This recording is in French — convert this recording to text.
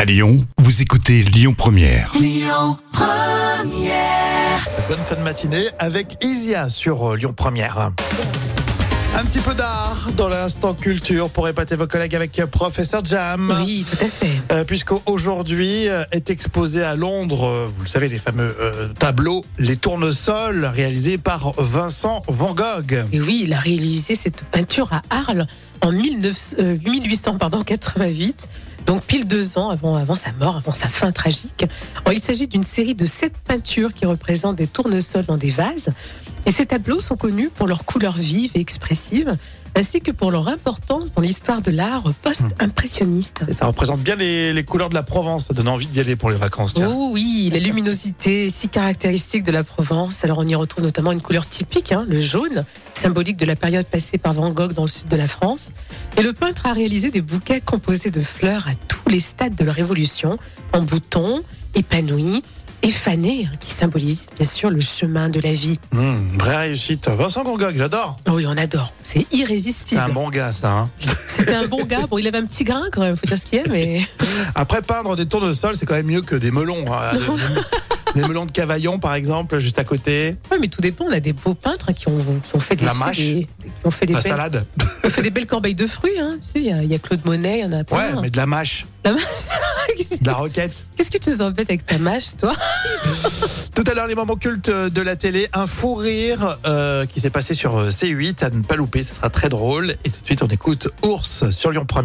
À Lyon, vous écoutez Lyon Première. Bonne fin de matinée avec Isia sur euh, Lyon Première. Un petit peu d'art dans l'instant culture pour épater vos collègues avec euh, Professeur Jam. Oui, tout à fait. Euh, Puisqu'aujourd'hui euh, est exposé à Londres, euh, vous le savez, les fameux euh, tableaux Les Tournesols réalisés par Vincent Van Gogh. Et oui, il a réalisé cette peinture à Arles en 1900, euh, 1888, donc pile deux ans avant, avant sa mort, avant sa fin tragique. Alors, il s'agit d'une série de sept peintures qui représentent des tournesols dans des vases. Et ces tableaux sont connus pour leur couleur vive et expressive, ainsi que pour leur importance dans l'histoire de l'art post-impressionniste. Et ça représente bien les, les couleurs de la Provence. Ça donne envie d'y aller pour les vacances. tiens. Oh oui, la luminosité si caractéristique de la Provence. Alors on y retrouve notamment une couleur typique, hein, le jaune, symbolique de la période passée par Van Gogh dans le sud de la France. Et le peintre a réalisé des bouquets composés de fleurs à tous les stades de leur évolution, en boutons, épanouis et fanés, hein, qui symbolisent bien sûr le chemin de la vie. Hum, vraie réussite. Vincent Van Gogh, j'adore. Oh oui, on adore, c'est C'est irrésistible. un bon gars, ça. hein. C'était un bon gars, bon il avait un petit grain quand même, faut dire ce qu'il est, mais... Après, peindre des tournesols, c'est quand même mieux que des melons. hein. Des- Des melons de Cavaillon, par exemple, juste à côté. Ouais, mais tout dépend, on a des beaux peintres hein, qui, ont, qui ont fait des... La mâche. Ah, des- qui ont fait des La peines- salade. On fait des belles corbeilles de fruits, hein. Tu sais, il y, a- il y a Claude Monet, il y en a Ouais, plein. mais de la mâche, La mâche. Qu'est-ce de la roquette. qu'est-ce que tu nous embêtes avec ta mâche, toi Tout à l'heure, les moments cultes de la télé. Un fou rire euh, qui s'est passé sur euh, C8 à ne pas louper. Ça sera très drôle. Et tout de suite, on écoute Ours sur Lyon 1